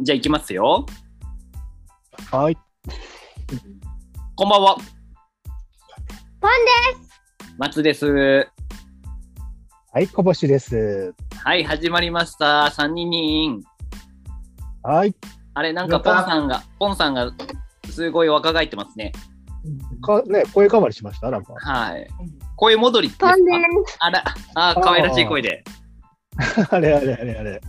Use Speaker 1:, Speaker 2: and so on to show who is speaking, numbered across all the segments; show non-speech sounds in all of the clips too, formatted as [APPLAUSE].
Speaker 1: じゃあ行きますよ。
Speaker 2: はい。
Speaker 1: こんばんは。
Speaker 3: ポン
Speaker 1: 松です。
Speaker 2: はい、こぼしです。
Speaker 1: はい、始まりました。三人。
Speaker 2: はい。
Speaker 1: あれ、なんか
Speaker 2: ま
Speaker 1: ポン
Speaker 2: た
Speaker 1: さんが、ポンさんがすごい若返ってますね。
Speaker 2: か、ね、声変わりしましたなんか。
Speaker 1: はい。声戻りです
Speaker 3: です。ポ
Speaker 1: か
Speaker 3: ンです。
Speaker 1: あら、あー、可愛らしい声で。
Speaker 2: [LAUGHS] あれあれあれあれ。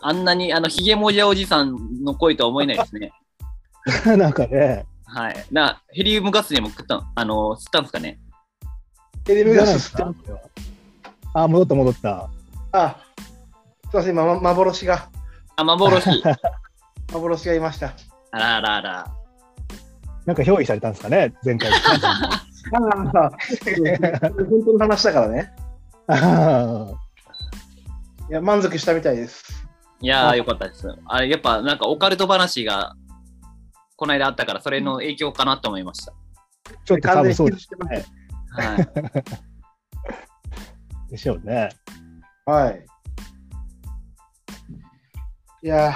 Speaker 1: あんなに、あの、ひげもじゃおじさんの声とは思えないですね。
Speaker 2: [LAUGHS] なんかね、
Speaker 1: はい。な、ヘリウムガスでも食ったん、あの、吸ったんですかね。
Speaker 2: テレビがなんかあ、戻った戻った。
Speaker 4: あ、すいません、今、ま幻が、
Speaker 1: あ、幻。
Speaker 4: 幻がいました。
Speaker 1: あらあらあら。
Speaker 2: なんか憑依されたんですかね前 [LAUGHS] 回。
Speaker 4: ああ、 [LAUGHS] 本当の話だからね。
Speaker 2: あー
Speaker 4: いや、満足したみたいです。
Speaker 1: いやー、
Speaker 2: あ
Speaker 1: よかったです。あれ、やっぱ、なんかオカルト話が、この間あったから、それの影響かなと思いました。
Speaker 2: ちょっと多分そう
Speaker 4: にしてます。
Speaker 1: はい。
Speaker 2: でしょうね。
Speaker 4: はい。いや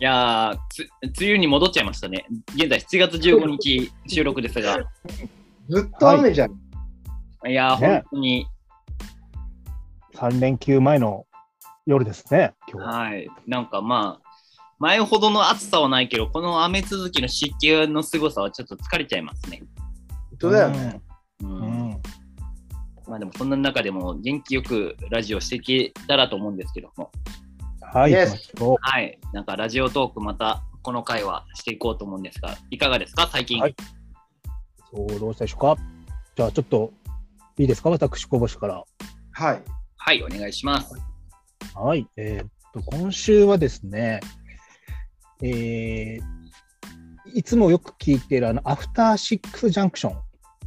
Speaker 1: いやーつ、梅雨に戻っちゃいましたね。現在7月15日収録です
Speaker 2: [LAUGHS]
Speaker 1: が、
Speaker 4: ー、ずっと雨じゃん。
Speaker 1: いやー、
Speaker 2: ね
Speaker 1: 本当に、
Speaker 2: 3連休前の夜ですね、今日は。
Speaker 1: はい。なんかまあ、前ほどの暑さはないけど、この雨続きの湿気の凄さはちょっと疲れちゃいますね。
Speaker 4: 本当だよね。
Speaker 1: う。
Speaker 2: うんん。うん。
Speaker 1: まあでも、そんな中でも元気よくラジオしていけたらと思うんですけども、
Speaker 2: はい、行
Speaker 4: Yes
Speaker 2: きましょ
Speaker 1: はい。なんかラジオトークまた、この回はしていこうと思うんですが、いかがですか、最近。
Speaker 2: はいそう。そう、どうしたでしょうか。じゃあ、ちょっと、いいですか私、こぼしから。
Speaker 4: はい。
Speaker 1: はい、お願いします。
Speaker 2: はい、えーっと、今週はですね、えーいつもよく聞いているあの、アフターシックスジャンクション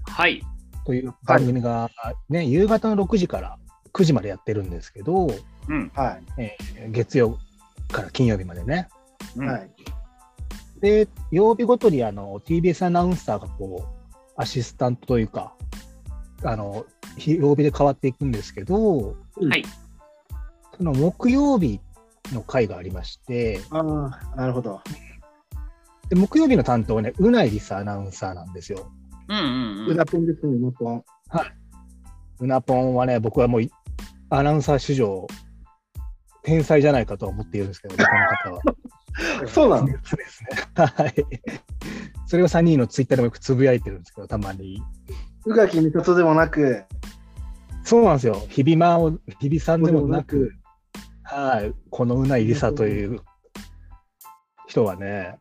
Speaker 1: はい。
Speaker 2: という番組が、ね、夕方の6時から9時までやってるんですけど、
Speaker 1: うん。
Speaker 4: は
Speaker 2: 月曜から金曜日までね。
Speaker 1: う
Speaker 4: い。
Speaker 1: ん、
Speaker 4: はい。
Speaker 2: で、曜日ごとにあの TBS アナウンサーがこう、アシスタントというか、あの、日曜日で変わっていくんですけど、
Speaker 1: はい。
Speaker 2: その木曜日の回がありまして、
Speaker 4: ああ、なるほど。
Speaker 2: で木曜日の担当はね、うないりさアナウンサーなんですよ。
Speaker 1: うんうんう。
Speaker 4: うんなぽんですね、うなぽん。
Speaker 2: うなぽんはね、僕はもういアナウンサー史上、天才じゃないかとは思っているんですけど、ね、この方は。
Speaker 4: そうなの
Speaker 2: そうですね。はい。それを3人のツイッターでもよくつぶやいてるんですけど、たまに。
Speaker 4: 宇垣美里でもなく、
Speaker 2: そうなんですよ。日比まを、日比さんでもなく、
Speaker 4: でも
Speaker 2: はい。このうないりさという人はね、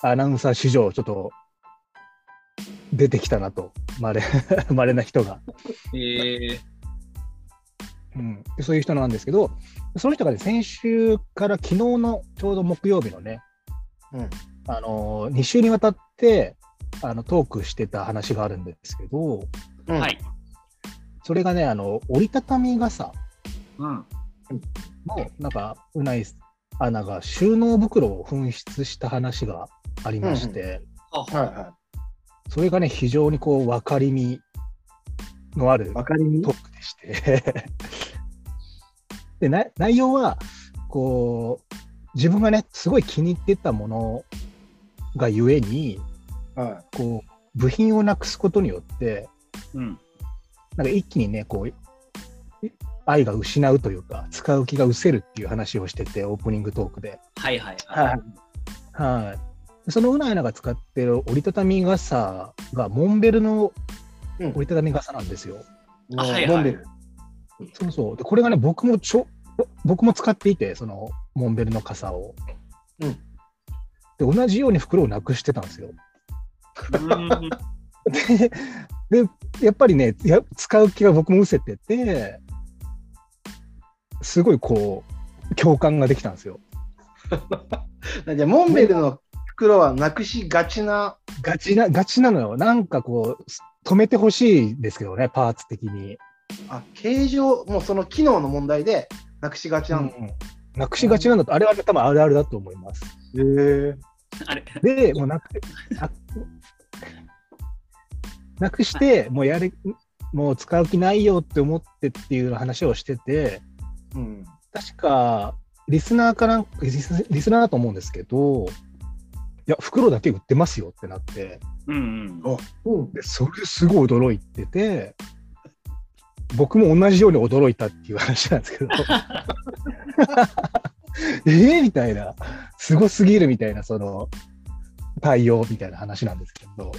Speaker 2: アナウンサー史上、ちょっと、出てきたなと、まれ、まれな人が。
Speaker 1: えー、
Speaker 2: うん、そういう人なんですけど、その人が、ね、先週から昨日のちょうど木曜日のね、
Speaker 4: うん
Speaker 2: あの2週にわたってあのトークしてた話があるんですけど、
Speaker 4: うん
Speaker 1: はい。
Speaker 2: それがね、あの折りたたみ傘
Speaker 1: うん。
Speaker 2: の、なんか、うないアナが収納袋を紛失した話がありまして、
Speaker 4: はいは
Speaker 2: それがね、非常にこう分かりみのある
Speaker 4: い。わかりみ
Speaker 2: トップでして。 [LAUGHS] でな内容はこう自分がねすごい気に入ってたものがゆえに
Speaker 4: は
Speaker 2: こう部品をなくすことによって
Speaker 1: うん。
Speaker 2: なんか一気にねこうえ愛が失うというか使う気が失せるっていう話をしててオープニングトークで。
Speaker 1: はいはい
Speaker 4: い。はい。
Speaker 2: はいでそのうなえなが使ってる折りたたみ傘がモンベルの
Speaker 4: うん
Speaker 2: 折りたたみ傘なんですよ。
Speaker 1: あはいはい
Speaker 4: 飲んでる。
Speaker 2: そうそう。で、これがね、僕もちょ、僕も使っていて、その、モンベルの傘を。
Speaker 4: うん
Speaker 2: で、同じように袋をなくしてたんですよ。 [LAUGHS]
Speaker 1: うん
Speaker 2: で、でやっぱりねや、使う気が僕も失せてて、すごいこう、共感ができたんですよ。
Speaker 4: じゃあ、モンベルの袋はなくしがちな
Speaker 2: ガチな、ガチなのよ。なんかこう、止めてほしいですけどね、パーツ的に。
Speaker 4: あ形状、もうその機能の問題でなくしがちなんだ。
Speaker 2: うんなくしがちなんだと、あれは多分あるあるだと思います。
Speaker 4: へえ。
Speaker 1: あれ
Speaker 2: で、もうなく、ななくして、もうやれ、もう使う気ないよって思ってっていう話をしてて、
Speaker 4: うん。
Speaker 2: 確か、リスナーから、リスリスナーだと思うんですけど、いや、袋だけ売ってますよってなって、
Speaker 1: うん
Speaker 4: おうん
Speaker 2: でそれすごい驚いてて、僕も同じように驚いたっていう話なんですけど、えーみたいな、すごすぎるみたいな、その、対応みたいな話なんですけど、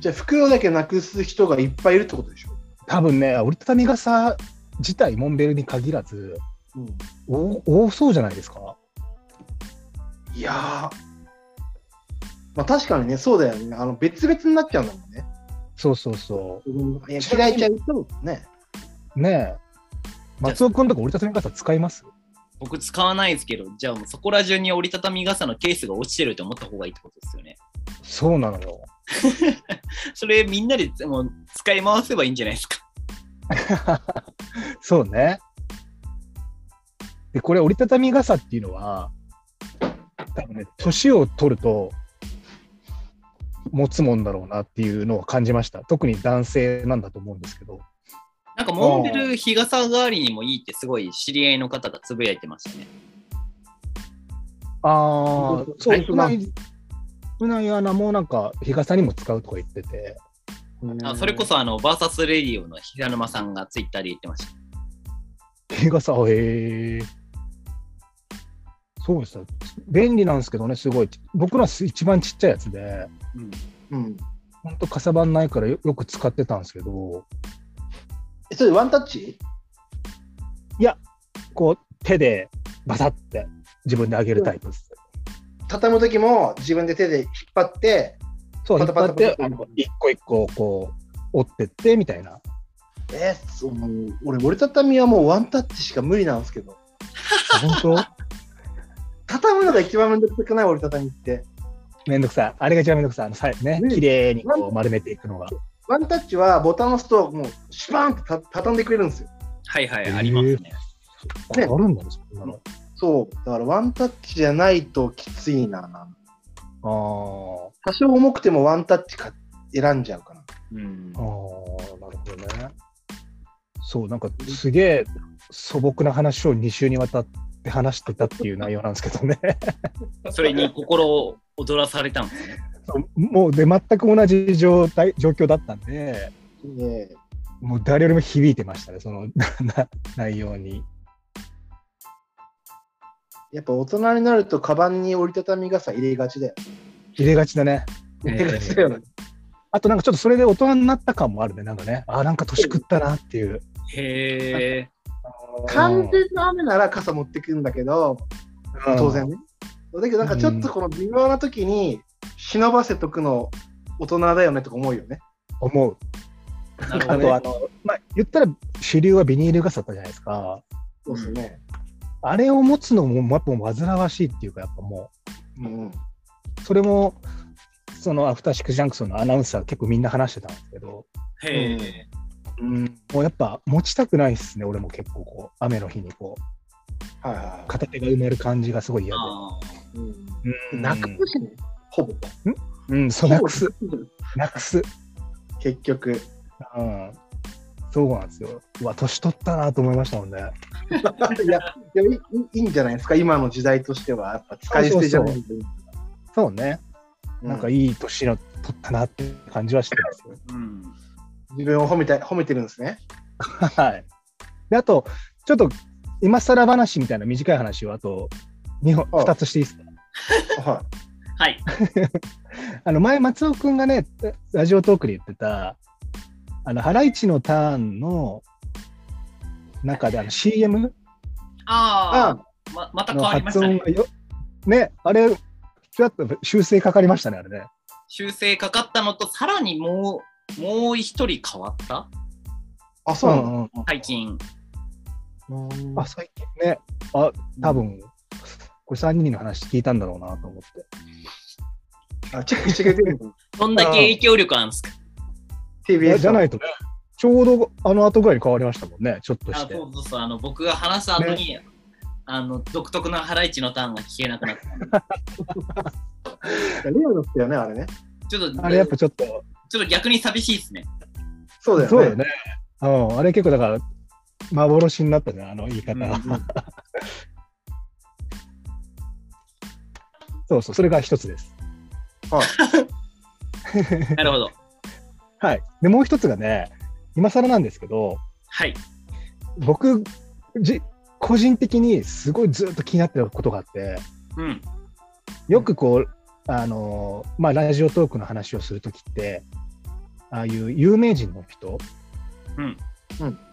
Speaker 4: じゃあ袋だけなくす人がいっぱいいるってことでしょ、
Speaker 2: 多分ね、折りたたみ傘自体、モンベルに限らず、
Speaker 4: うん、
Speaker 2: お多そうじゃないですか。
Speaker 4: いやーまあ確かにねそうだよねあの別々になっちゃうんだもんね
Speaker 2: そうそうそ
Speaker 4: いや嫌いちゃうとね
Speaker 2: う。ねえ。松尾君とか折りたたみ傘使います
Speaker 1: 僕使わないですけど、じゃあもうそこら中に折りたたみ傘のケースが落ちてると思った方がいいってことですよね。
Speaker 2: そうなのよ。
Speaker 1: それみんなでもう使い回せばいいんじゃないですか。
Speaker 2: そうね。で、これ折りたたみ傘っていうのは、多分ね、年を取ると、持つもんだろうなっていうのを感じました。特に男性なんだと思うんですけど。
Speaker 1: なんかモンベル日傘代わりにもいいってすごい知り合いの方がつぶやいてましたね。
Speaker 2: ああ、そう、
Speaker 4: はい
Speaker 2: うない、うないアナもなんか、日傘にも使うとか言ってて、
Speaker 1: あそれこそあのバーサスレディオの平沼さんがツイッターで言ってました。
Speaker 2: 日傘、へえ。そうですよ便利なんですけどね、すごい。僕らす一番ちっちゃいやつで、
Speaker 1: うん、
Speaker 4: うん
Speaker 2: 本当かさばんないからよよく使ってたんですけど、
Speaker 4: えそれワンタッチ
Speaker 2: こう、手でバサって自分で上げるタイプです。
Speaker 4: 畳む時も自分で手で引っ張って
Speaker 2: そう、引
Speaker 4: パ
Speaker 2: っ
Speaker 4: タ
Speaker 2: 張
Speaker 4: パタ
Speaker 2: って、
Speaker 4: パタ
Speaker 2: あの一個一個、こう、折ってって、みたいな。
Speaker 4: えーそうもう俺折りたたみはもうワンタッチしか無理なんですけど
Speaker 2: 本
Speaker 4: 畳むのが一番面倒くさくない折りたたみって
Speaker 2: 当 [LAUGHS] めんどくさい。あれが一番めんどくさい。あの、さね、
Speaker 4: ね
Speaker 2: 綺麗にこう丸めていくのが。
Speaker 4: ワンタッチはボタンを押すともうシュパーンってた畳んでくれるんですよ
Speaker 1: はいはい、
Speaker 2: へー
Speaker 1: ありますね。
Speaker 2: あ
Speaker 4: ね
Speaker 2: あるんだね、そんなの。
Speaker 4: そうだからワンタッチじゃないときついな
Speaker 2: あ
Speaker 4: 多少重くてもワンタッチか選んじゃうかな
Speaker 1: うん
Speaker 2: あ、ああ、なるほどね。そう、なんかすげえ素朴な話を2週にわたって話してたっていう内容なんですけ [LAUGHS] どね。
Speaker 1: それに心を躍らされたんですね。
Speaker 2: そうもうで、全く同じ状態状況だったんで、
Speaker 4: ええ
Speaker 2: もう誰よりも響いてましたね、その [LAUGHS] なな内容に。
Speaker 4: やっぱ大人になるとカバンに折りたたみ傘入れがちだよ
Speaker 2: 入れがちだね。
Speaker 4: 入れがちだよね
Speaker 2: あとなんかちょっとそれで大人になった感もあるね、なんかね。ああ、なんか年食ったなっていう。
Speaker 1: へえ。
Speaker 4: 完全な雨なら傘持ってくんだけど、
Speaker 2: うん
Speaker 4: 当然ね。だけどなんかちょっとこの微妙な時に忍ばせとくの大人だよねとか思うよね。
Speaker 2: 思う。
Speaker 1: なるほ
Speaker 2: あと
Speaker 1: ど。
Speaker 2: あの、まあ、言ったら主流はビニール傘だったじゃないですか。
Speaker 4: そうですね。
Speaker 2: あれを持つのもやっぱ煩わしいっていうか、やっぱも
Speaker 4: うん。
Speaker 2: う、それも、そのアフターシックスジャンクションのアナウンサー、結構みんな話してたんですけど、
Speaker 1: へえ。
Speaker 4: うん。
Speaker 2: もうやっぱ持ちたくないっすね、俺も結構こう、雨の日にこう、
Speaker 4: はいは
Speaker 2: 片手が埋める感じがすごい嫌
Speaker 1: あー
Speaker 4: い。うん
Speaker 2: で。うん
Speaker 4: なくすしね、ほぼ。
Speaker 2: うん、そう、なくす、なくす。
Speaker 4: 結局。 [LAUGHS]
Speaker 2: うん。そうなんですよ。うわ、年取ったなと思いましたもんね。
Speaker 4: いや、いやいいいいんじゃないですか、今の時代としては。やっぱ使い捨てじゃない
Speaker 2: そうね。
Speaker 4: な
Speaker 2: なんん
Speaker 4: か
Speaker 2: かいい年の取ったなって感じはしてますよ。
Speaker 1: うん。
Speaker 4: 自分を褒めた褒めてるんですね。
Speaker 2: [LAUGHS] はい。で、あと、ちょっと、今更話みたいな短い話を、あと、2本、
Speaker 4: はい
Speaker 2: 2つしていいですか
Speaker 4: は
Speaker 1: はい。
Speaker 2: あの前、松尾君がね、ラジオトークで言ってた、あの、ハライチのターンの中で、あの CM
Speaker 1: ああ、ままた変
Speaker 2: の
Speaker 1: わりまし
Speaker 2: 発
Speaker 1: た
Speaker 2: 音
Speaker 1: ね
Speaker 2: が。よ、ね、あれ、ちょっと修正かかりましたね、あれね。
Speaker 1: 修正かかったのと、さらにもう、もう一人変わった
Speaker 4: い。あ、そうな
Speaker 2: うんうん
Speaker 1: 最近。
Speaker 4: んだ
Speaker 2: あ、。最近ね、あ、多分、これ3人の話聞いたんだろうなと思って。
Speaker 4: あ、チェックしてくれてるの
Speaker 1: どんだけ影響力あるんですか
Speaker 4: ?TBS。
Speaker 2: じゃないいとね、ちょうどあの後ぐらいに変わりましたもんね、ちょっと
Speaker 1: あ
Speaker 2: して。
Speaker 1: そうそうそうあの僕が話した後に、あの独特なハライチのターンが聞けなくなった。
Speaker 4: レアだったよね、あれね。
Speaker 1: ちょっと、
Speaker 2: あれやっぱちょっと、
Speaker 1: ちょっと逆に寂しいですね。
Speaker 4: そうだよ
Speaker 2: そ
Speaker 4: ね。
Speaker 2: うだよね。うん、あれ結構だから、幻になったね、あの言い方。
Speaker 1: うん
Speaker 2: そうそう、それが一つです。
Speaker 1: なるほど。
Speaker 2: はい。で、もう一つがね、今更なんですけど、
Speaker 1: はい。
Speaker 2: 僕、じ個人的にすごいずっと気になってることがあって、
Speaker 1: うん。
Speaker 2: よくこう、あのーまあ、ラジオトークの話をするときって、ああいう有名人の人
Speaker 1: うん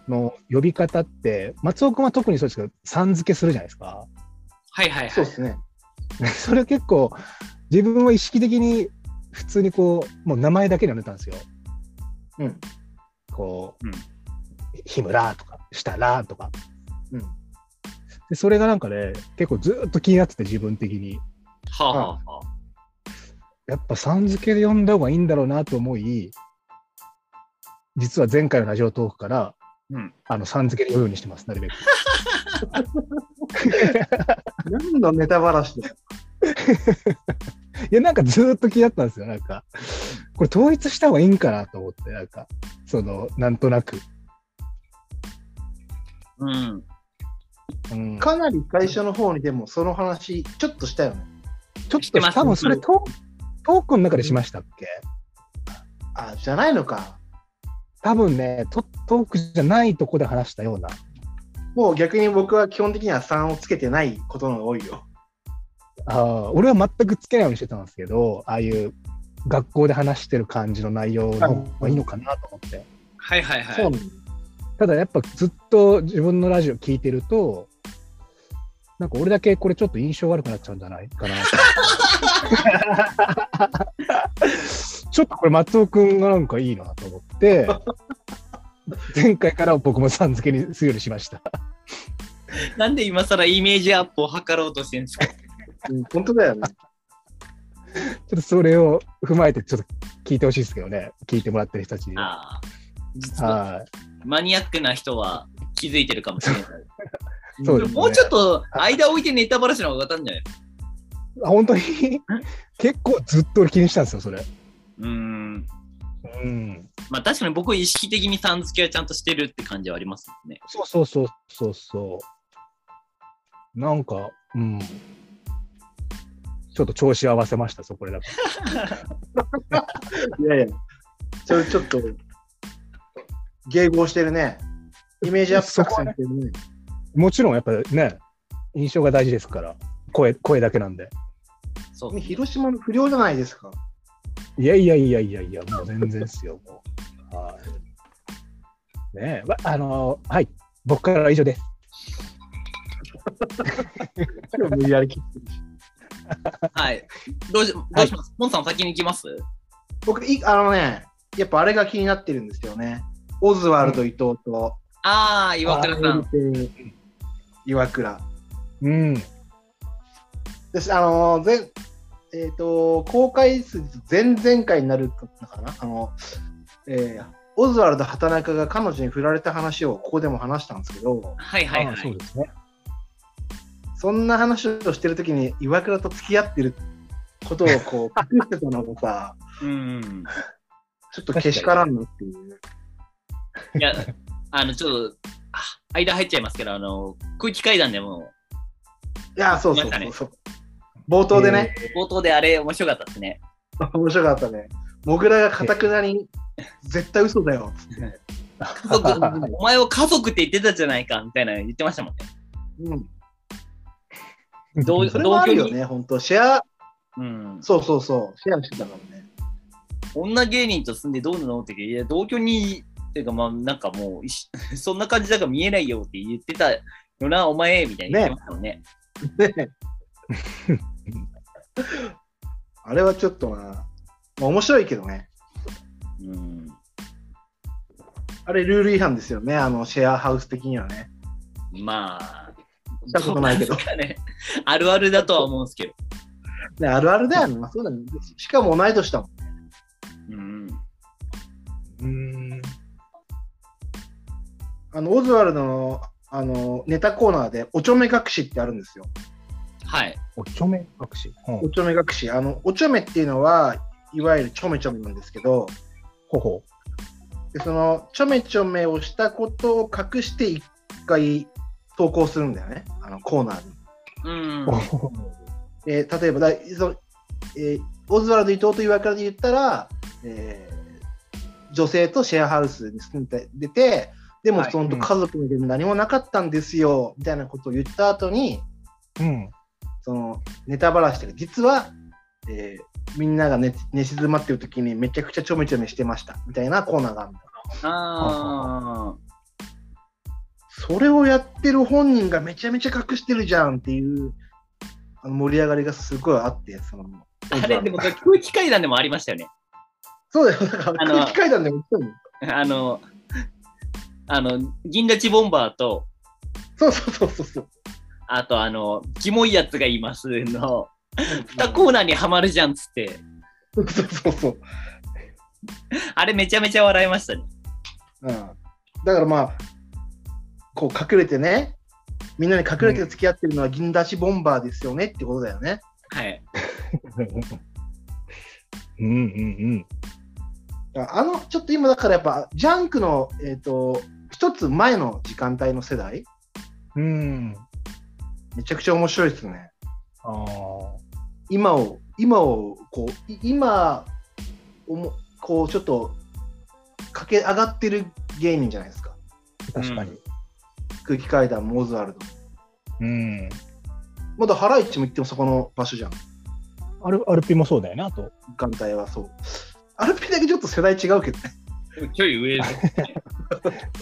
Speaker 2: の呼び方って、松尾君は特にそうですけど、さん付けするじゃないですか。 [LAUGHS]
Speaker 1: はいはいは
Speaker 4: そう
Speaker 1: い
Speaker 4: で。すね。
Speaker 2: それ結構、自分は意識的に普通にこう、もう名前だけで呼んでたんですよ。
Speaker 4: うん。
Speaker 2: こう、
Speaker 1: うん
Speaker 2: 日村とか、したらとか。
Speaker 4: うん。
Speaker 2: でそれがなんかね、結構ずっと気になってて、自分的に。
Speaker 1: はあ、はあはあ、
Speaker 2: やっぱさん付けで呼んだ方がいいんだろうなと思い、実は前回のラジオトークから、
Speaker 1: うん
Speaker 2: あのさん付けで呼ぶようにしてます、なるべく。
Speaker 4: 何のネタばらし [LAUGHS] だよ。
Speaker 2: いや、なんかずーっと気になったんですよ、なんか。これ統一した方がいいんかなと思って、なんか、その、なんとなく。
Speaker 1: うん。
Speaker 2: うん、ちょ
Speaker 4: かなり最初の方にでもその話、ちょっとしたよね。
Speaker 2: っ
Speaker 1: して
Speaker 2: と
Speaker 1: ます
Speaker 2: 多分それトートークの中でしましたっけ
Speaker 4: あ、じゃないのか。
Speaker 2: 多分ねト、トークじゃないとこで話したような。
Speaker 4: もう逆に僕は基本的には3をつけてないことの方が多いよ。
Speaker 2: あー俺は全くつけないようにしてたんですけど、ああいう学校で話してる感じの内容の方がいいのかなと思って。
Speaker 1: はいはいはい。
Speaker 4: なんだ。
Speaker 2: ただやっぱずっと自分のラジオ聞いてると、なんか俺だけこれちょっと印象悪くなっちゃうんじゃない [LAUGHS] かなと。ちょっとこれ松尾くんがなんかいいなと思って、前回から僕もさん付けにするようにしました。
Speaker 1: なんで今更イメージアップを図ろうとしてるんですか
Speaker 4: うん、本当だよね。
Speaker 2: ちょっとそれを踏まえて、ちょっと聞いてほしいですけどね、聞いてもらってる人たちには。
Speaker 1: ああ。実は
Speaker 2: は
Speaker 1: マニアックな人は気づいてるかもしれない。
Speaker 2: い。そうですね
Speaker 1: もうちょっと間置いてネタバラシの方が当たんじゃない
Speaker 2: あ本当に [LAUGHS] 結構ずっと俺気にしたんですよ、それ。
Speaker 1: うーん。
Speaker 2: うん。
Speaker 1: まあ確かに僕意識的にさん付けはちゃんとしてるって感じはありますね。
Speaker 2: そうそうそうそうそう。なんか、うん。ちょっと調子合わせました、そこでだか
Speaker 4: いやいや。それちょっと、迎合してるね。イメージアップ作戦してるね。
Speaker 2: ら。もちろんやっぱね、印象が大事ですから、声声だけなんで。
Speaker 1: そう。
Speaker 4: 広島の不良じゃないですか。
Speaker 2: いやいやいやいやいや、もう全然ですよ、もう。はい。ねえ、わあのはい、僕からは以上です。
Speaker 4: 無理やり切ってるし。
Speaker 1: はい。どうしどうします、モンさん先に行きます
Speaker 4: 僕い、あのね、やっぱあれが気になってるんですよね。オズワルド伊藤と、
Speaker 1: ああ、岩倉さん。
Speaker 4: 岩倉。
Speaker 2: うん。
Speaker 4: です、あの、前、えっ、と、公開数日前々回になるのかなあの、えーオズワルド畑中が彼女に振られた話をここでも話したんですけど、
Speaker 1: はいはいは
Speaker 2: ああそう
Speaker 1: い。
Speaker 2: ですね。
Speaker 4: そんな話をしてる時に岩倉と付き合ってることをこう隠してたのがさ、
Speaker 1: うん。
Speaker 4: ちょっとけしからんなっていう。
Speaker 1: いや、あの、ちょっと、あ間入っちゃいますけど、あの、空気階段でも、
Speaker 4: いや、そうそうそうそう。冒頭でね、
Speaker 1: 冒頭であれ面白かったですね。
Speaker 4: 面白かったね。モグラがかたくなに、絶対嘘だよっつって。
Speaker 1: 家族、お前を家族って言ってたじゃないか、みたいなの言ってましたもんね。
Speaker 4: うん、
Speaker 2: えー
Speaker 1: どう
Speaker 4: それもあるよね、本当シェア、
Speaker 1: うん。
Speaker 4: そうそうそう、シェアしてたからね。
Speaker 1: 女芸人と住んでどうなのって聞いていや、同居に、っていうか、まあ、なんかもう、一緒 [LAUGHS] そんな感じだから見えないよって言ってたよな、お前、みたいな言ってましたもんね。
Speaker 4: ねあれはちょっとな、まあ、面白いけどね。
Speaker 1: うん。
Speaker 4: あれルール違反ですよね、あのシェアハウス的にはね。
Speaker 1: まあ、
Speaker 4: したことないけど
Speaker 1: うんかね、あるあるだとは思うんですけど。
Speaker 4: ねあるあるだよね、まあ、そうだね。しかも同い年だもん。
Speaker 1: うん。
Speaker 2: うん。
Speaker 4: あのオズワルドのあのネタコーナーで、おちょめ隠しってあるんですよ。
Speaker 1: はい。
Speaker 2: おちょめ隠し。うん
Speaker 4: おちょめ隠し。あのおちょめっていうのは、いわゆるちょめちょめなんですけど、
Speaker 2: ほほ。
Speaker 4: でそのちょめちょめをしたことを隠して一回投稿するんだよね、あのコーナーに。
Speaker 1: うん。
Speaker 2: ほほ
Speaker 4: えー例えばだその、えーオズワルド伊藤という枠で言ったら、えー女性とシェアハウスに住んで出てでも
Speaker 1: はい
Speaker 4: その
Speaker 2: うん
Speaker 4: 家族のも何もなかったんですよ、みたいなことを言った後に
Speaker 2: うん。
Speaker 4: そのネタばらして実は、えーみんなが寝寝静まってる時にめちゃくちゃちょめちょめしてましたみたいなコーナーがあるんだ
Speaker 1: あー
Speaker 4: それをやってる本人がめちゃめちゃ隠してるじゃんっていうあの盛り上がりがすごいあって、その、
Speaker 1: あれ、 [LAUGHS] でも空気階段でもありましたよね。 [LAUGHS]
Speaker 4: そうだよ、だから
Speaker 1: あの
Speaker 4: 空気階段でも言ってる
Speaker 1: あの、あの、銀立ちボンバーと、
Speaker 4: の。そうそうそうそう。
Speaker 1: あと、あの、キモいやつがいますの、2
Speaker 4: う
Speaker 1: コーナーにはまるじゃんっつって、
Speaker 4: んそうそうそう。
Speaker 1: あれめちゃめちゃ笑いましたね。
Speaker 4: うん、だからまあ、こう隠れてね、みんなに隠れて付き合ってるのは銀出しボンバーですよねってことだよね。
Speaker 1: はい。
Speaker 2: うんうん
Speaker 4: だからあの、ちょっと今だからやっぱ、ジャンクの、えっ、と、一つ前の時間帯の世代、
Speaker 2: うん。うん。
Speaker 4: めちゃくちゃ面白いですね。
Speaker 2: ああ。
Speaker 4: 今を今をこうい今おもこうちょっと駆け上がってる芸人じゃないですか
Speaker 2: 確かに。
Speaker 4: 空気階段モーズワルド
Speaker 2: うん。
Speaker 4: まだハライチも行ってもそこの場所じゃん
Speaker 2: アルアルピもそうだよね、あと。
Speaker 4: 眼帯はそうアルピーだけちょっと世代違うけどね
Speaker 1: でもちょい上です。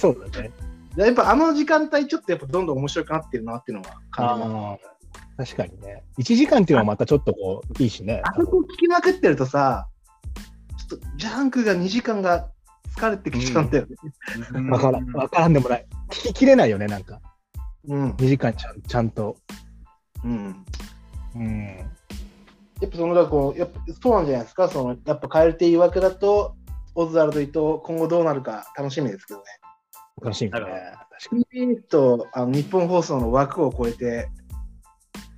Speaker 2: そうだね。
Speaker 4: やっぱあの時間帯ちょっとやっぱどんどん面白くなってるなっていうのは感じます
Speaker 2: ああ。確かにね。1時間っていうのはまたちょっとこう、いいしね。
Speaker 4: あそこ聞きまくってるとさちょっとジャンクが2時間が疲れてきちゃうんだよね
Speaker 2: わからん、わからんでもない。聞ききれないよね、なんか。
Speaker 4: うん
Speaker 2: 2時間ちゃんちゃんと。
Speaker 4: うん
Speaker 2: うん。
Speaker 4: やっぱそのだからこうやっぱそうなんじゃないですかそのやっぱ蛙亭曰くだとオズワルド伊藤今後どうなるか楽しみですけどね。
Speaker 2: 楽しみだね
Speaker 1: なる。
Speaker 2: 確かに。
Speaker 4: TBS とあの日本放送の枠を超えて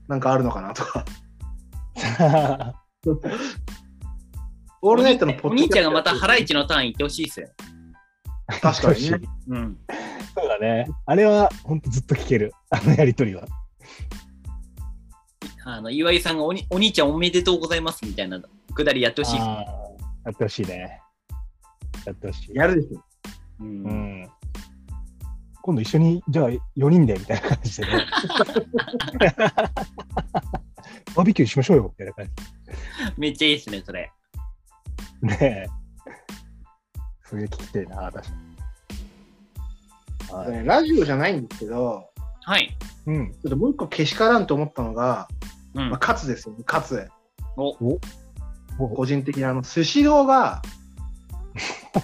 Speaker 4: なんかあるのかなとか。オールナイトの
Speaker 1: お兄ちゃんがまたハライチのターン行ってほしいっすよ。
Speaker 4: 確かにね。
Speaker 1: うん。
Speaker 2: そうだね。あれは、ほんとずっと聞ける。あのやりとりは。
Speaker 1: あの、岩井さんがおにお兄ちゃんおめでとうございますみたいなくだりやってほしいっす。
Speaker 2: あーやってほしいね。やってほしい。
Speaker 4: やるでしょ。
Speaker 1: う。
Speaker 2: うんん。今度一緒に、じゃあ4人でみたいな感じで [LAUGHS] ね。バーベキューしましょうよみたいな感じ
Speaker 1: めっちゃいいっすね、それ。
Speaker 2: ねえ。それ聞きたいな、確かに。はい
Speaker 4: ねラジオじゃないんですけど
Speaker 1: はい。
Speaker 2: うん。
Speaker 4: ちょっともう一個けしからんと思ったのが、
Speaker 1: うん
Speaker 4: まあ、。カツですよねカツ。
Speaker 1: お
Speaker 2: お
Speaker 4: 個人的にあのスシローが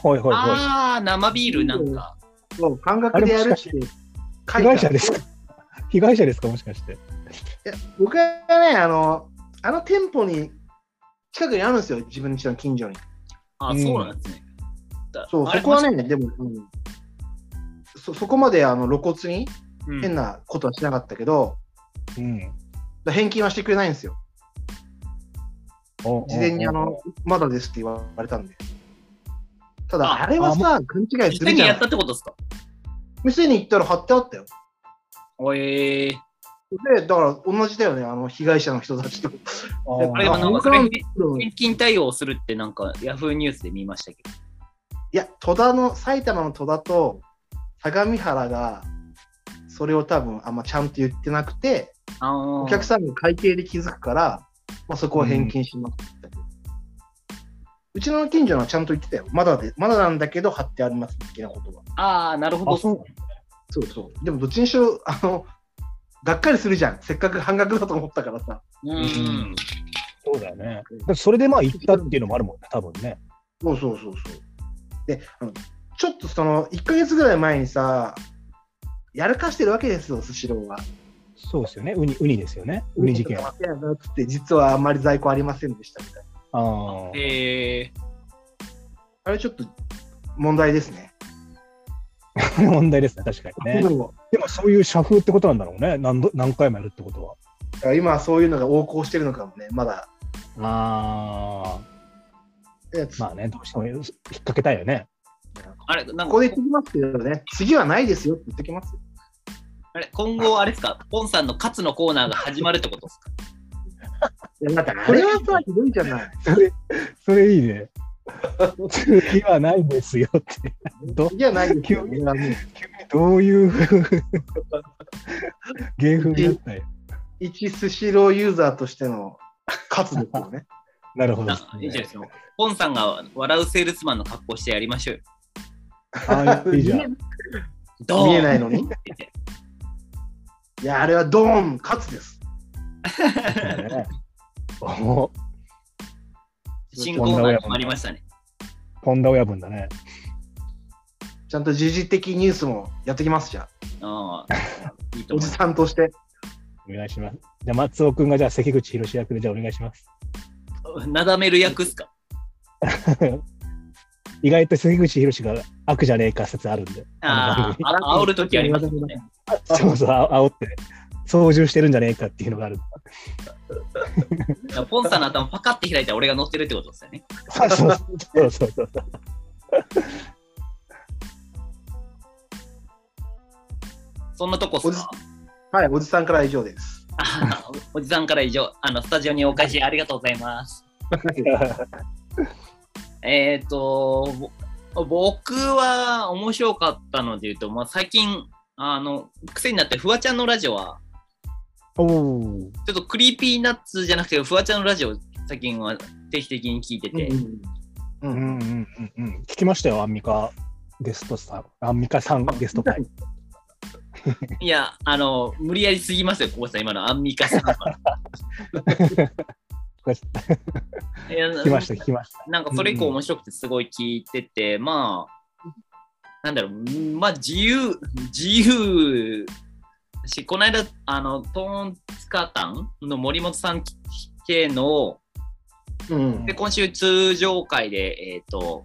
Speaker 2: ほいほいほい。
Speaker 1: ああ、生ビールなんか。
Speaker 4: そう感覚でやるって書い
Speaker 2: 被
Speaker 4: てあ
Speaker 2: 害
Speaker 4: る
Speaker 2: 者ですか被害者ですかもしかして。
Speaker 4: いや僕はねあの、あの店舗に近くにあるんですよ、自分の家の近所に。
Speaker 1: あーそうなんですね。だ
Speaker 4: そう
Speaker 1: あ
Speaker 4: そ
Speaker 1: れ
Speaker 4: こはね、でも、うんそそこまであの露骨に
Speaker 1: うん
Speaker 4: 変なことはしなかったけど、
Speaker 2: うん。
Speaker 4: だ返金はしてくれないんですよ。事前にあの、まだですって言われたんで。ただ、
Speaker 1: あ
Speaker 4: あれはさ、勘違いす
Speaker 1: 実
Speaker 4: る
Speaker 1: 際に
Speaker 4: じ
Speaker 1: や
Speaker 4: ゃ
Speaker 1: っ
Speaker 4: ん
Speaker 1: た。ってことですか
Speaker 4: 店に行ったら貼ってあったよ。
Speaker 1: おえー。
Speaker 4: で、だから同じだよね、あの被害者の人たちと。
Speaker 2: あ
Speaker 1: あれはなんかそれ返
Speaker 4: うん
Speaker 1: 返金対応するってなんかヤフーニュースで見ましたけど。
Speaker 4: いや、戸田の、埼玉の戸田と相模原が、それを多分あんまちゃんと言ってなくて、
Speaker 1: あー
Speaker 4: お客さんが会計で気づくから、まあ、そこは返金しますって言ったけど、うちの近所のはちゃんと言ってたよ。まだで、まだなんだけど貼ってあります的なことは。
Speaker 1: あー、なるほ
Speaker 2: あ、
Speaker 1: ど。
Speaker 2: そう。
Speaker 4: そうそう。でもどっちにしろ、あの、がっかりするじゃん。せっかく半額だと思ったからさ。
Speaker 1: うん
Speaker 2: うんそうだよね。だってそれでまあ行ったっていうのもあるもんね、多分ね。
Speaker 4: そうそうそうそう。で、あのちょっとその、1ヶ月ぐらい前にさ、やらかしてるわけですよ、スシローは。
Speaker 2: そうですよね。ウニ、ウニですよね。ウニ事件。あ
Speaker 4: やなっつって、実はあんまり在庫ありませんでしたみたいな。
Speaker 2: あー。
Speaker 1: えー
Speaker 4: あれちょっと問題ですね。
Speaker 2: これ問題ですね、確かにね
Speaker 4: で。も
Speaker 2: でもそういう社風ってことなんだろうね。何度何回もやるってことは。
Speaker 4: 今はそういうのが横行してるのかもね、まだ。
Speaker 2: ああ。
Speaker 4: いやつ
Speaker 2: まあね、どうしても引っ掛けたいよね。
Speaker 1: あれ、なん
Speaker 4: こ
Speaker 1: か
Speaker 4: こで言ってきますけどね、次はないですよって言ってきますよ。
Speaker 1: あれ今後あれですか、ポンさんの勝つのコーナーが始まるってことですか
Speaker 4: いやなんかこれはさ、ひどいじゃない。
Speaker 2: それ、それいいね。次はないんですよって。ど
Speaker 4: いや、ないですよ。
Speaker 2: 急どういうふう芸風だったよ。
Speaker 4: 一スシローユーザーとしての [LAUGHS] 活ですよね。
Speaker 2: なるほど。
Speaker 1: あいいじゃないですか。ポンさんが笑うセールスマンの格好してやりましょうよ。
Speaker 2: あーいいじゃん。
Speaker 1: ドーン
Speaker 4: 見えないのに。いや、あれはドーン、勝つです。 [LAUGHS]
Speaker 2: ねお
Speaker 1: 新コーナー決まりましたね。
Speaker 2: ポンダ親分だね。
Speaker 4: ちゃんと時事的ニュースもやってきますじゃ
Speaker 1: ああ、いい
Speaker 4: あ、
Speaker 1: と思い
Speaker 4: おじ
Speaker 1: ます。
Speaker 4: さんとして。
Speaker 2: お願いします。じゃあ、松尾くんが、じゃあ、関口博士役で、じゃあ、お願いします。
Speaker 1: なだめる役っすか
Speaker 2: 意外と関口博士が悪じゃねえか説あるんで。
Speaker 1: あ
Speaker 2: の
Speaker 1: ーあ、煽るときありますもんね。
Speaker 2: 番組 [LAUGHS] そうそう、あ煽って、操縦してるんじゃねえかっていうのがある。
Speaker 1: だからポンさんの頭パカって開いたら俺が乗ってるってことですよね。
Speaker 2: そうそうそうそうそう。
Speaker 1: そんなとこっすか
Speaker 4: はい、おじさんからは以上です。
Speaker 1: あー [LAUGHS] おじさんから以上、あのスタジオにお返しありがとうございます。えっ、と、ぼ僕は面白かったので言うと、まあ、最近、あの、癖になって、フワちゃんのラジオは、
Speaker 2: おお。
Speaker 1: ちょっとクリーピーナッツじゃなくて、フワちゃんのラジオ、最近は定期的に聞いてて、
Speaker 4: う
Speaker 2: うんん
Speaker 4: う
Speaker 2: うんんうんうんうん。聞きましたよ、アンミカゲストさん。アンミカさんゲスト会。
Speaker 1: いや、あの、無理やりすぎますよ、ここさん、今のアンミカさん
Speaker 2: [LAUGHS]
Speaker 1: は。いや
Speaker 2: 聞きました、聞きました。
Speaker 1: なんかそれ以降面白くてすごい聞いてて、まあ、なんだろう、うんまあ自由、自由し、この間、あの、トーンツカタンの森本さん系の、
Speaker 4: うん
Speaker 1: で、今週通常会で、えっ、と、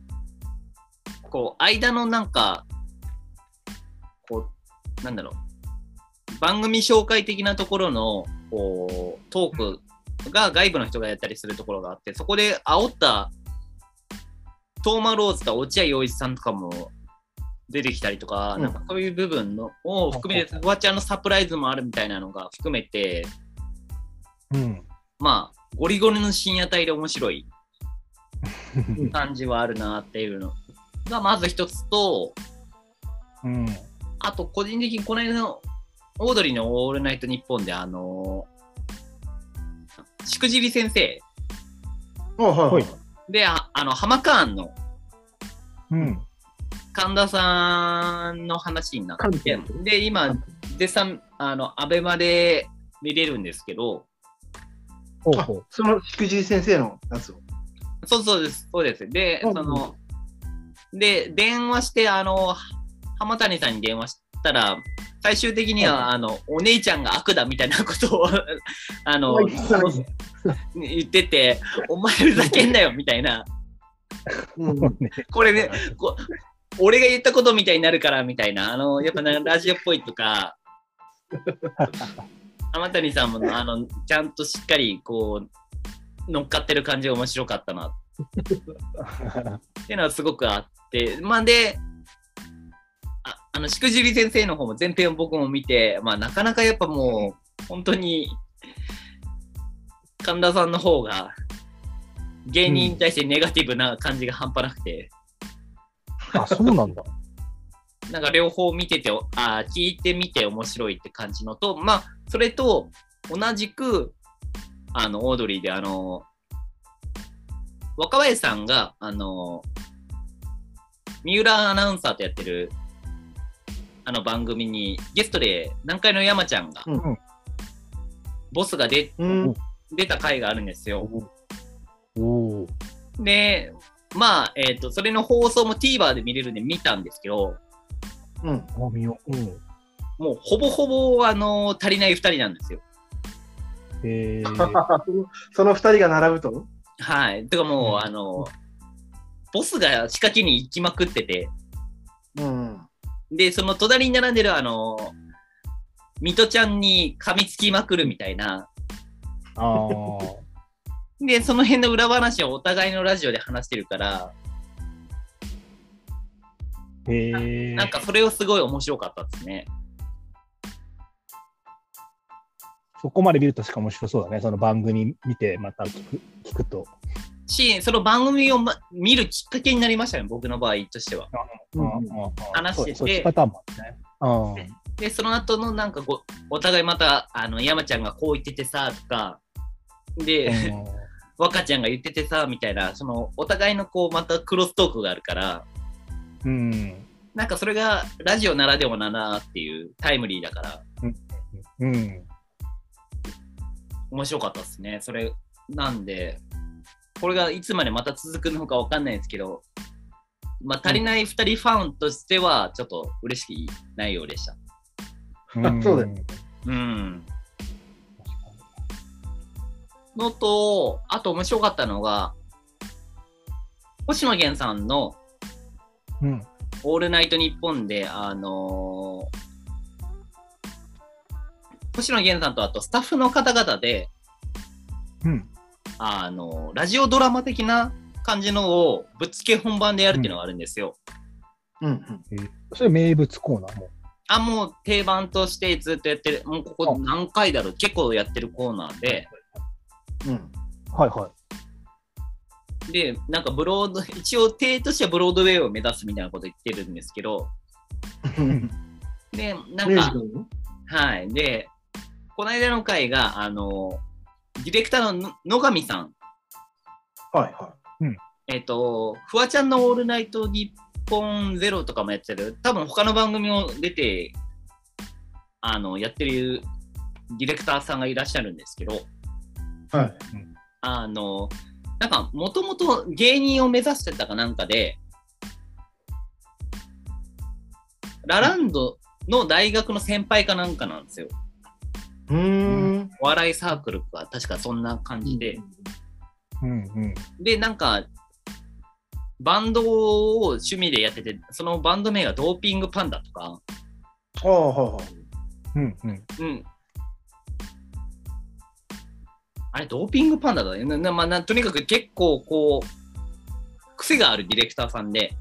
Speaker 1: こう、間のなんか、こう、なんだろう、番組紹介的なところの、こう、トークが外部の人がやったりするところがあって、そこで煽った、トーマローズとか落合陽一さんとかも出てきたりとか、
Speaker 4: うん
Speaker 1: なんかそういう部分のを含めて、フワちゃんのサプライズもあるみたいなのが含めて、
Speaker 2: うん。
Speaker 1: まあ、ゴリゴリの深夜帯で面白い感じはあるなっていうのがまず一つと、
Speaker 2: うん。
Speaker 1: あと個人的にこの間のオードリーの「オールナイトニッポン」であのーしくじり先生
Speaker 4: あはいはい
Speaker 2: は
Speaker 1: でああの浜カーンの
Speaker 2: うん。
Speaker 1: 神田さんの話になって
Speaker 4: 神田
Speaker 1: で今絶賛あのアベマで見れるんですけど
Speaker 2: おう
Speaker 4: あ
Speaker 2: ほう。
Speaker 4: そのしくじり先生のやつを。
Speaker 1: そうそうですそうですで
Speaker 4: う
Speaker 1: そ
Speaker 4: ん
Speaker 1: ので電話してあの浜谷さんに電話したら最終的には、あのお姉ちゃんが悪だみたいなことを [LAUGHS] あの
Speaker 4: はいはい
Speaker 1: 言ってて、お前ふざけんなよみたいな、
Speaker 4: うん
Speaker 2: もうね
Speaker 1: これね、こ俺が言ったことみたいになるからみたいな、あのやっぱなんかラジオっぽいと
Speaker 4: [LAUGHS]
Speaker 1: か、天谷さんもあのちゃんとしっかりこう乗っかってる感じが面白かったなっていうのはすごくあって、まあで、ああのしくじり先生の方も前編を僕も見て、まあ、なかなかやっぱもう本当に神田さんの方が芸人に対してネガティブな感じが半端なくて、
Speaker 2: [LAUGHS] あ、そうなんだ。
Speaker 1: なんか両方見ててあ聞いてみて面白いって感じのとまあそれと同じくあのオードリーであの若林さんがあの三浦アナウンサーとやってるあの番組にゲストで南海の山ちゃんが、
Speaker 4: うん
Speaker 1: ボスが出
Speaker 4: うん
Speaker 1: 出た回があるんですよ。
Speaker 2: おお。
Speaker 1: でまあえっ、とそれの放送も TVer で見れるんで見たんですけど
Speaker 4: うん
Speaker 2: おみよ。うん。
Speaker 1: もうほぼほぼあの足りない2人なんですよ。
Speaker 2: え
Speaker 4: [LAUGHS]
Speaker 2: ー。
Speaker 4: その二人が並ぶと
Speaker 1: はい。てかもう、
Speaker 2: うん
Speaker 1: あの、ボスが仕掛けに行きまくってて、
Speaker 4: うん。
Speaker 1: で、その隣に並んでる、あの、ミトちゃんに噛みつきまくるみたいな、
Speaker 2: ああ。
Speaker 1: で、その辺の裏話をお互いのラジオで話してるから、
Speaker 2: へえ。
Speaker 1: なんかそれをすごい面白かったですね。
Speaker 2: そこまで見るとしか面白そうだね。その番組見て、また聞く聞くと。
Speaker 1: し、その番組を、ま、見るきっかけになりましたね、僕の場合としては。
Speaker 4: うんうん
Speaker 1: 話してて
Speaker 2: そうそういうパターンもあるね。
Speaker 1: で、その後のなんかご、お互いまた、あの、山ちゃんがこう言っててさ、とか、
Speaker 2: うん
Speaker 1: で、
Speaker 2: うん
Speaker 1: 若ちゃんが言っててさ、みたいな、その、お互いのこう、またクロストークがあるから、
Speaker 2: うん
Speaker 1: なんかそれがラジオならではだなっていうタイムリーだから、
Speaker 2: うん
Speaker 1: 面白かったですね。それなんで、これがいつまでまた続くのかわかんないですけど、まあ、足りない2人ファンとしては、ちょっと嬉しい内容でした。
Speaker 2: うん
Speaker 4: そうだ
Speaker 2: ね。
Speaker 1: うん。のと、あと面白かったのが、星野源さんの
Speaker 2: うん
Speaker 1: 「オールナイトニッポン」で、あのー星野源さんとあとスタッフの方々で、
Speaker 2: うん
Speaker 1: あのラジオドラマ的な感じのをぶっつけ本番でやるっていうのがあるんですよ。
Speaker 4: うん
Speaker 2: えーそれ名物コーナーも。
Speaker 1: あ、もう定番としてずっとやってる、もうここ
Speaker 2: あ
Speaker 1: 何回だろう、結構やってるコーナーで、
Speaker 4: うん
Speaker 2: はいは
Speaker 1: で、なんかブロード、一応定としてはブロードウェイを目指すみたいなこと言ってるんですけど、
Speaker 4: うん。
Speaker 1: で、な
Speaker 4: ミ
Speaker 1: ん
Speaker 4: ュージ
Speaker 1: か
Speaker 4: カ、ルの
Speaker 1: はい。で、この間の回が、あの、ディレクターのの野上さん、
Speaker 4: はいは
Speaker 1: えっ、と、フワちゃんのオールナイト日本ゼロとかもやってる、多分他の番組を出て、あの、やってるディレクターさんがいらっしゃるんですけど、
Speaker 4: い。はい。
Speaker 1: あの、なんか、もともと芸人を目指してたかなんかで、ラランドの大学の先輩かなんかなんですよ。
Speaker 4: うーん。
Speaker 1: お笑いサークルが確かそんな感じで、
Speaker 2: い。うんうん。
Speaker 1: で、なんか、バンドを趣味でやってて、そのバンド名がドーピングパンダとか、
Speaker 4: ああ、はいはい。
Speaker 2: うんうん。
Speaker 1: うん。あれ、ドーピングパンダだね。ななまあ、なとにかく結構、こう、癖があるディレクターさんで、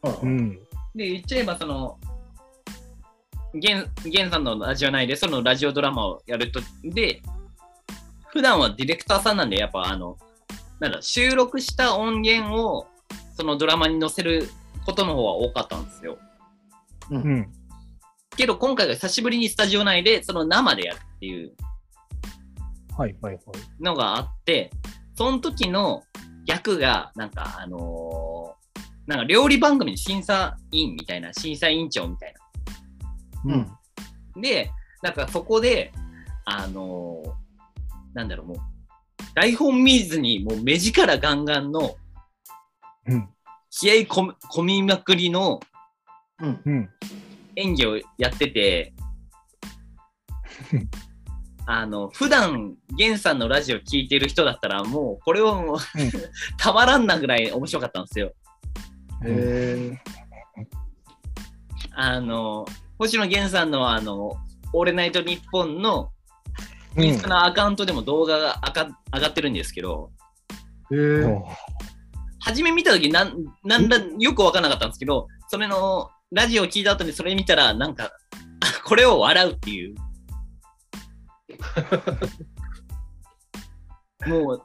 Speaker 4: はいは
Speaker 2: う
Speaker 4: い
Speaker 2: ん
Speaker 1: で、言っちゃえば、その、源源さんのラジオ内で、そのラジオドラマをやると、で、普段はディレクターさんなんで、やっぱ、あの、なんだ、収録した音源を、そのドラマに載せることの方は多かったんですよ。
Speaker 2: うん。
Speaker 1: けど、今回が久しぶりにスタジオ内で、その生でやるっていう
Speaker 2: はいはいはい。
Speaker 1: のがあって、その時の役が、なんか、あのーなんか料理番組の審査委員みたいな、審査委員長みたいな。
Speaker 4: うん。
Speaker 1: で、なんかそこで、あのーなんだろう、もう、台本見ずに、もう目力ガンガンの、
Speaker 2: うん
Speaker 1: 気合い込む込みまくりの
Speaker 4: うん。
Speaker 2: うん。
Speaker 1: 演技をやってて、あの、普段、源さんのラジオ聞いてる人だったら、もう、これはもう、
Speaker 2: うん
Speaker 1: [LAUGHS] たまらんなぐらい面白かったんですよ。
Speaker 4: へえ。
Speaker 1: あの、星野源さんの、あの、オールナイトニッポンのインスタのアカウントでも動画があか上がってるんですけど、
Speaker 4: へ
Speaker 2: う
Speaker 4: え。
Speaker 2: ん
Speaker 1: 初め見た時なんなんらよく分からなかったんですけど、それのラジオを聞いた後にそれ見たら、なんか、 [LAUGHS] あこれを笑うって
Speaker 4: [LAUGHS]
Speaker 1: いう。もう、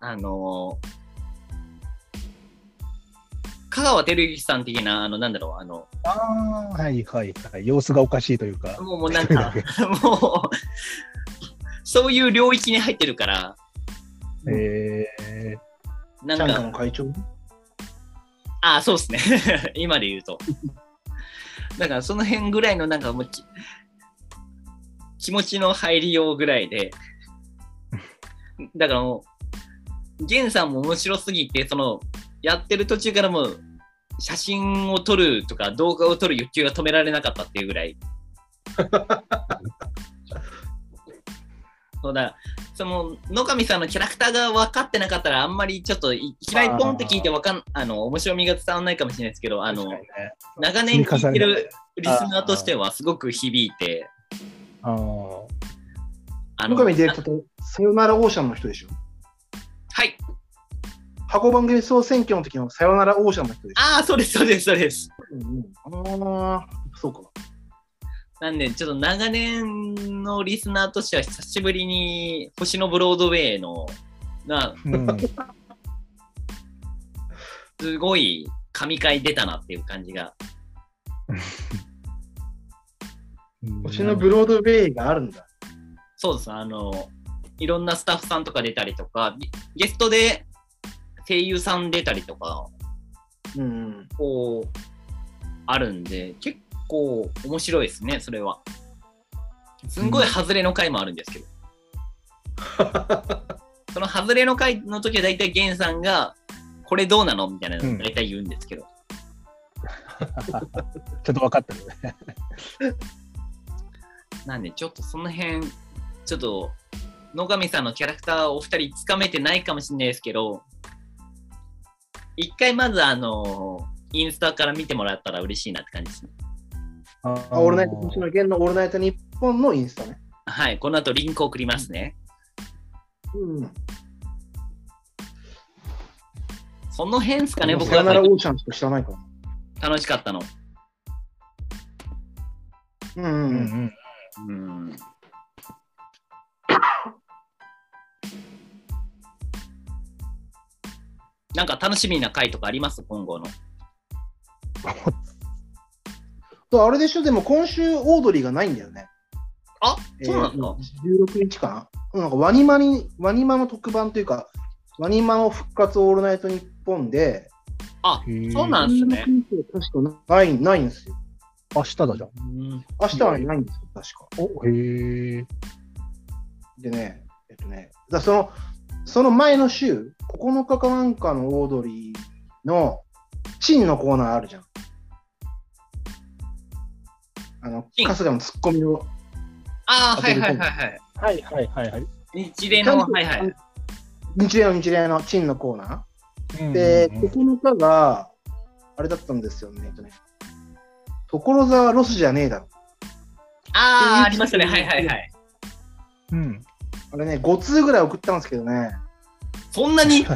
Speaker 1: ああのー香川照之さん的な、あの、なんだろう、あの、
Speaker 2: ああ、はいはいはい。様子がおかしいというか。
Speaker 1: もうもうなん
Speaker 4: [LAUGHS]
Speaker 1: か、もう、そういう領域に入ってるから、
Speaker 4: うん
Speaker 2: ええ
Speaker 1: なん
Speaker 4: ちゃんか
Speaker 1: か、
Speaker 4: の会長
Speaker 1: ああ、そうですね。 [LAUGHS] 今で言うと。だからその辺ぐらいのなんかもうき気持ちの入りようぐらいで、だからもう、ゲンさんも面白すぎて、その、やってる途中からもう、写真を撮るとか動画を撮る欲求が止められなかったっていうぐらい。そうだ、その野上さんのキャラクターが分かってなかったら、あんまりちょっといいきなりポンって聞いてわかんあの面白みが伝わらないかもしれないですけど、あの
Speaker 2: 確かにね
Speaker 1: 長年聞いてるリ
Speaker 2: 積み重ね
Speaker 1: スナーとしてはすごく響いて、
Speaker 2: あー
Speaker 1: あ
Speaker 4: 三
Speaker 1: の
Speaker 4: 上ディレクターって、さよならオーシャンの人でしょ
Speaker 1: はい、
Speaker 4: 箱番組総選挙の時のさよならオーシャンの人でし
Speaker 1: ああ、そうです、そうです、そうです。
Speaker 4: ょうんうん。ああ、そうか。
Speaker 1: なんで、ちょっと長年のリスナーとしては久しぶりに星のブロードウェイの、が、
Speaker 2: うん、
Speaker 1: すごい神回出たなっていう感じが。
Speaker 4: 星のブロードウェイがあるんだ。
Speaker 1: そうです。あの、いろんなスタッフさんとか出たりとか、ゲストで声優さん出たりとか、
Speaker 4: うん。
Speaker 1: こう、あるんで、結構面白いですね、それは。すんごい外れの回もあるんですけ
Speaker 4: [LAUGHS]
Speaker 1: ど、その外れの回の時は大体ゲンさんが、これどうなのみたいなのを大体言うんですけど、
Speaker 2: ちょっと分かってるね。
Speaker 1: なんでちょっとその辺、ちょっと野上さんのキャラクターをお二人つかめてないかもしれないですけど、一回まずあの、インスタから見てもらったら嬉しいなって感じですね。
Speaker 2: あ
Speaker 4: あオールナイト、星野源のオールナイト日本のインスタね。
Speaker 1: はい、この後リンク送りますね。
Speaker 4: うん。
Speaker 1: その辺ですかね、僕
Speaker 4: さよならオ
Speaker 1: は
Speaker 4: ーシャンしか知らないから。
Speaker 1: 楽しかったの。
Speaker 4: うんう
Speaker 2: うんう
Speaker 4: んうん。
Speaker 2: ん。
Speaker 1: うん。なんか楽しみな回とかあります今後の。
Speaker 4: とあれでしょ、でも今週オードリーがないんだよね。
Speaker 1: あそうなんだ。
Speaker 4: えー ?16 日かななんかワニマに、ワニマの特番というか、ワニマの復活オールナイト日本で、
Speaker 1: あ
Speaker 2: へー
Speaker 1: そうなんですね。
Speaker 4: 確かない、ないんですよ。
Speaker 2: 明日だじゃん。
Speaker 1: うん
Speaker 4: 明日はないんですよ、確か。
Speaker 2: おへえ。
Speaker 4: でね、えっとね、だからその、その前の週、9日かなんかのオードリーの、チンのコーナーあるじゃん。あの、
Speaker 1: チン
Speaker 4: 春日のツッコミを。
Speaker 1: あーはいはいはいはい。
Speaker 2: はいはいはいはい。
Speaker 1: 日例の、はいはい。
Speaker 4: 日例の日例のチンのコーナー。
Speaker 2: うん
Speaker 4: で、
Speaker 2: うんうん
Speaker 4: 9日が、あれだったんですよね。えっとね所沢ロスじゃねえだろ。
Speaker 1: ああ、ありましたね。はいはいはい。
Speaker 2: うん。
Speaker 4: あれね、5通ぐらい送ったんですけどね、
Speaker 1: そんなに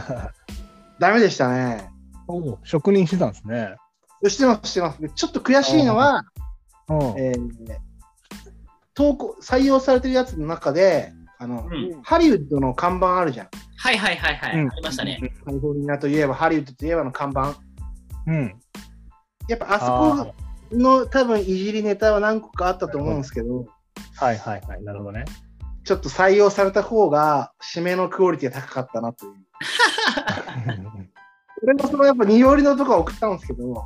Speaker 4: ダメでしたね。
Speaker 2: おう職人してたんですね。
Speaker 4: してます、してます。でちょっと悔しいのは、
Speaker 2: うん。
Speaker 4: えー投稿、採用されてるやつの中で、あの、
Speaker 1: うん
Speaker 4: ハリウッドの看板あるじゃん。
Speaker 1: はいはいはいはい。
Speaker 2: うん
Speaker 1: ありましたね。
Speaker 4: カリフォルニアといえば、ハリウッドといえばの看板。
Speaker 2: うん。
Speaker 4: やっぱあそ
Speaker 2: あ
Speaker 4: この多分いじりネタは何個かあったと思うんですけど、
Speaker 2: ーはいはいはい。なるほどね。 [LAUGHS]
Speaker 4: ちょっと採用された方が、締めのクオリティが高かったなという。俺もそのやっぱ二折りのとこは送ったんですけど、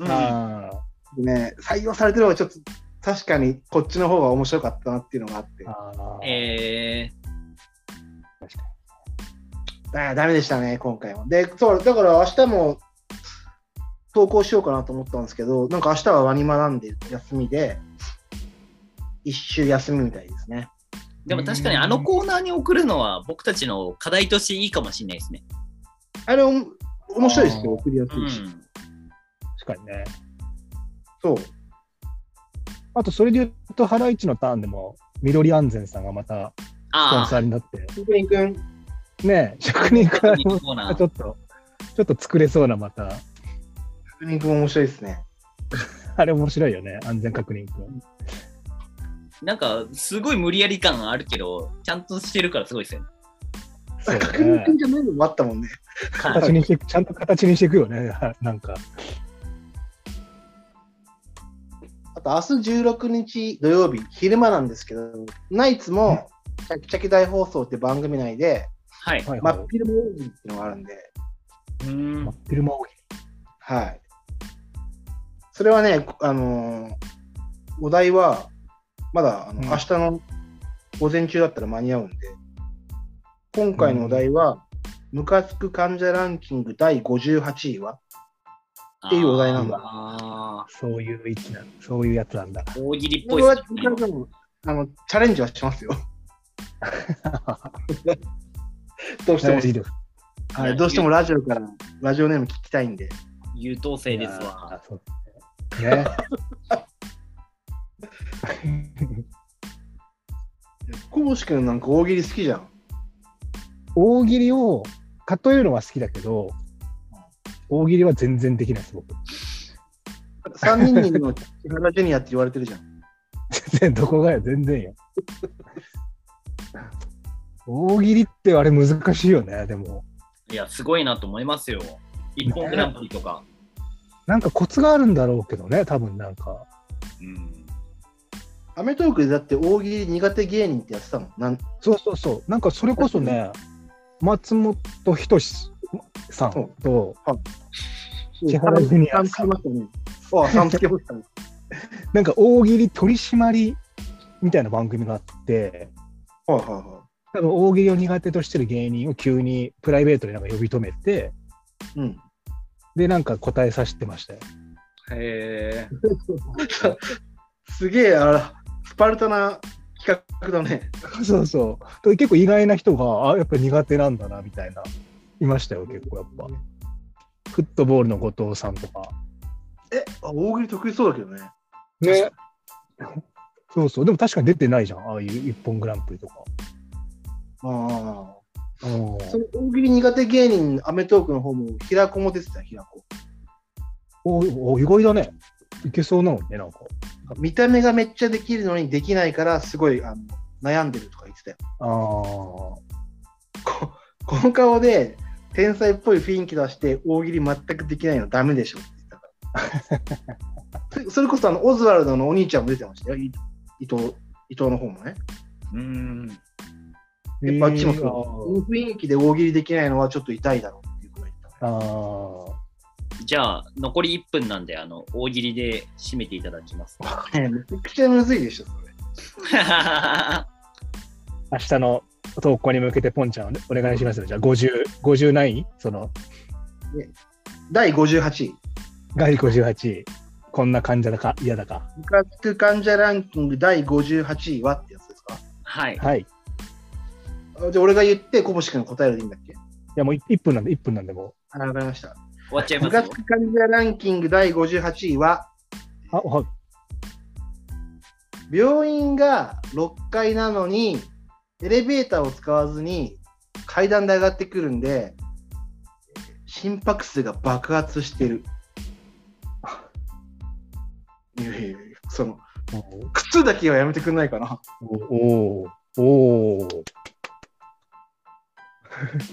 Speaker 1: うん
Speaker 2: あ
Speaker 4: ね、採用されてるのがちょっと確かにこっちの方が面白かったなっていうのがあって
Speaker 2: ー、あー。
Speaker 1: え
Speaker 2: 確か
Speaker 4: だダメでしたね、今回も。で、そう、だから明日も投稿しようかなと思ったんですけど、なんか明日はワニマなんで休みで、一周休みみたいですね。
Speaker 1: ー、でも確かにあのコーナーに送るのは僕たちの課題としていいかもしれないですね。
Speaker 4: あれ、おも面白いですよ、
Speaker 2: あー
Speaker 4: 送りやす
Speaker 1: う
Speaker 4: いし。
Speaker 1: ん。
Speaker 2: 確かにね。
Speaker 4: そう。
Speaker 2: あと、それで言うと、ハライチのターンでも、緑安全さんがまた、スポン
Speaker 1: あ
Speaker 2: サ
Speaker 1: あ、
Speaker 2: ーになって、
Speaker 4: 職人くん、
Speaker 2: ねえ、職人から
Speaker 1: いいコーナー
Speaker 2: ちょっと、ちょっと作れそうな、また、
Speaker 4: 職人くん面白いですね。
Speaker 2: あれ面白いよね、安全確認くん。
Speaker 1: なんかすごい無理やり感あるけど、ちゃんとしてるからすごいですよね。
Speaker 2: そう
Speaker 4: 職
Speaker 2: ね
Speaker 4: 人くんじゃないのもあったもんね。
Speaker 2: 形にしていく、ちゃんと形にしていくよね、なんか。
Speaker 4: あと、明日16日土曜日、昼間なんですけど、ナイツも、チャキチャキ大放送って番組内で、
Speaker 1: はい。
Speaker 2: はい
Speaker 4: 真
Speaker 2: はい
Speaker 4: っ。昼も大喜利っていうのがあるんで、
Speaker 1: うん
Speaker 2: 真っ昼間を
Speaker 4: はい。それはね、あのーお題は、まだあの、
Speaker 2: うん
Speaker 4: 明日の午前中だったら間に合うんで、今回のお題は、ムカつく患者ランキング第58位は、っていうお題なんだ
Speaker 1: あ
Speaker 2: そういう位置な、そういうやつなんだ。
Speaker 1: ー大喜利っぽい
Speaker 4: これ
Speaker 1: です
Speaker 4: はム
Speaker 1: ね
Speaker 4: カつくのあのチャレンジはしますよ。 [LAUGHS] どうしても、
Speaker 2: いいです
Speaker 4: はい、どうしてもラジオから、ラジオネーム聞きたいんで、
Speaker 1: 優等生ですわ。。
Speaker 2: あそうね。
Speaker 4: コボシ君なんか大喜利好きじゃん。
Speaker 2: 大喜利を、かというのは好きだけど、大喜利は全然できないです、僕。
Speaker 4: 3人にの千原ジュニアって言われてるじゃん。
Speaker 2: 然、どこがや、全然や。大喜利ってあれ難しいよね、でも。
Speaker 1: いや、すごいなと思いますよ。一本グランプリとか。
Speaker 2: なんかコツがあるんだろうけどね、多分なんか。
Speaker 1: うん。
Speaker 4: [LAUGHS] アメトークでだって大喜利苦手芸人ってやってたもん。なん
Speaker 2: そうそうそう。なんかそれこそね、松本人志さんと、千原ジュニア
Speaker 4: さん。あ、さん付けましたね。
Speaker 2: なんか大喜利取締りみたいな番組があって、
Speaker 4: はいはいは
Speaker 2: 多分大喜利を苦手としてる芸人を急にプライベートでなんか呼び止めて、
Speaker 4: い。うん。
Speaker 2: で、なんか答えさせてましたよ。 [LAUGHS]
Speaker 1: へえ。
Speaker 4: すげえ、あら、スパルタな企画だね。
Speaker 2: そうそう。で結構意外な人が、あやっぱ苦手なんだな、みたいな、いましたよ、結構やっぱ。フットボールの後藤さんとか。
Speaker 4: え、あ大喜利得意そうだけどね。
Speaker 2: ね。 [LAUGHS] そうそう。でも確かに出てないじゃん、ああいう一本グランプリとか。
Speaker 4: あ
Speaker 2: うん
Speaker 4: あ。その大喜利苦手芸人、アメトークの方も、平子も出てたよ、平子。
Speaker 2: おお意外だね。いけそうなのにね、なんか。
Speaker 4: 見た目がめっちゃできるのにできないから、すごいあの悩んでるとか言ってたよ。
Speaker 2: ああ。
Speaker 4: ここの顔で、天才っぽい雰囲気出して、大喜利全くできないのダメでしょって言ったから。そそれこそ、あの、オズワルドのお兄ちゃんも出てましたよ、い伊藤、伊藤の方もね。
Speaker 1: うん。
Speaker 4: やっぱあっちもそう。
Speaker 2: えー
Speaker 4: この雰囲気で大喜利できないのはちょっと痛いだろうっていうこと言ったね。
Speaker 2: あーあ
Speaker 1: じゃあ、残り1分なんで、あの、大喜利で締めていただき
Speaker 4: [LAUGHS]
Speaker 1: ます。
Speaker 4: ねめちゃくちゃむずいでしょ、それ。
Speaker 2: ー。明日の投稿に向けて、ポンちゃんお願いしますよ。じゃあ、50、50何位その、
Speaker 4: 第58位、
Speaker 2: 外58位。こんな患者だか、嫌だか。
Speaker 4: ムカつく患者ランキング第58位はってやつですか
Speaker 1: はい。
Speaker 2: はい。い
Speaker 4: あじゃあ俺が言って、小星君の答えるでいいんだっけ
Speaker 2: や、もう1分なんで、1分なんで、も
Speaker 4: あわかりました。
Speaker 1: 終わっちゃいま
Speaker 4: ム
Speaker 1: すよ
Speaker 4: カつ。く患者ランキング第58位は、
Speaker 2: う。あ、はい。
Speaker 4: 病院が6階なのに、エレベーターを使わずに階段で上がってくるんで、心拍数が爆発してる。 [LAUGHS] いやいやいや、その、靴だけはやめてくんないかな。
Speaker 2: おおおー
Speaker 4: と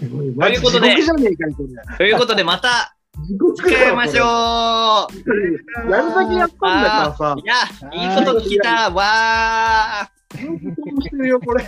Speaker 4: い
Speaker 1: ということで
Speaker 4: 地獄じゃねえかよこれ
Speaker 1: ということで、また、
Speaker 4: 地獄
Speaker 1: 次回
Speaker 4: だ
Speaker 1: 会い
Speaker 4: よ
Speaker 1: ましょう
Speaker 4: これやるだけやったんだからさ
Speaker 1: い。や、いいこと聞いたわー
Speaker 4: ずっとしてるよ、これ。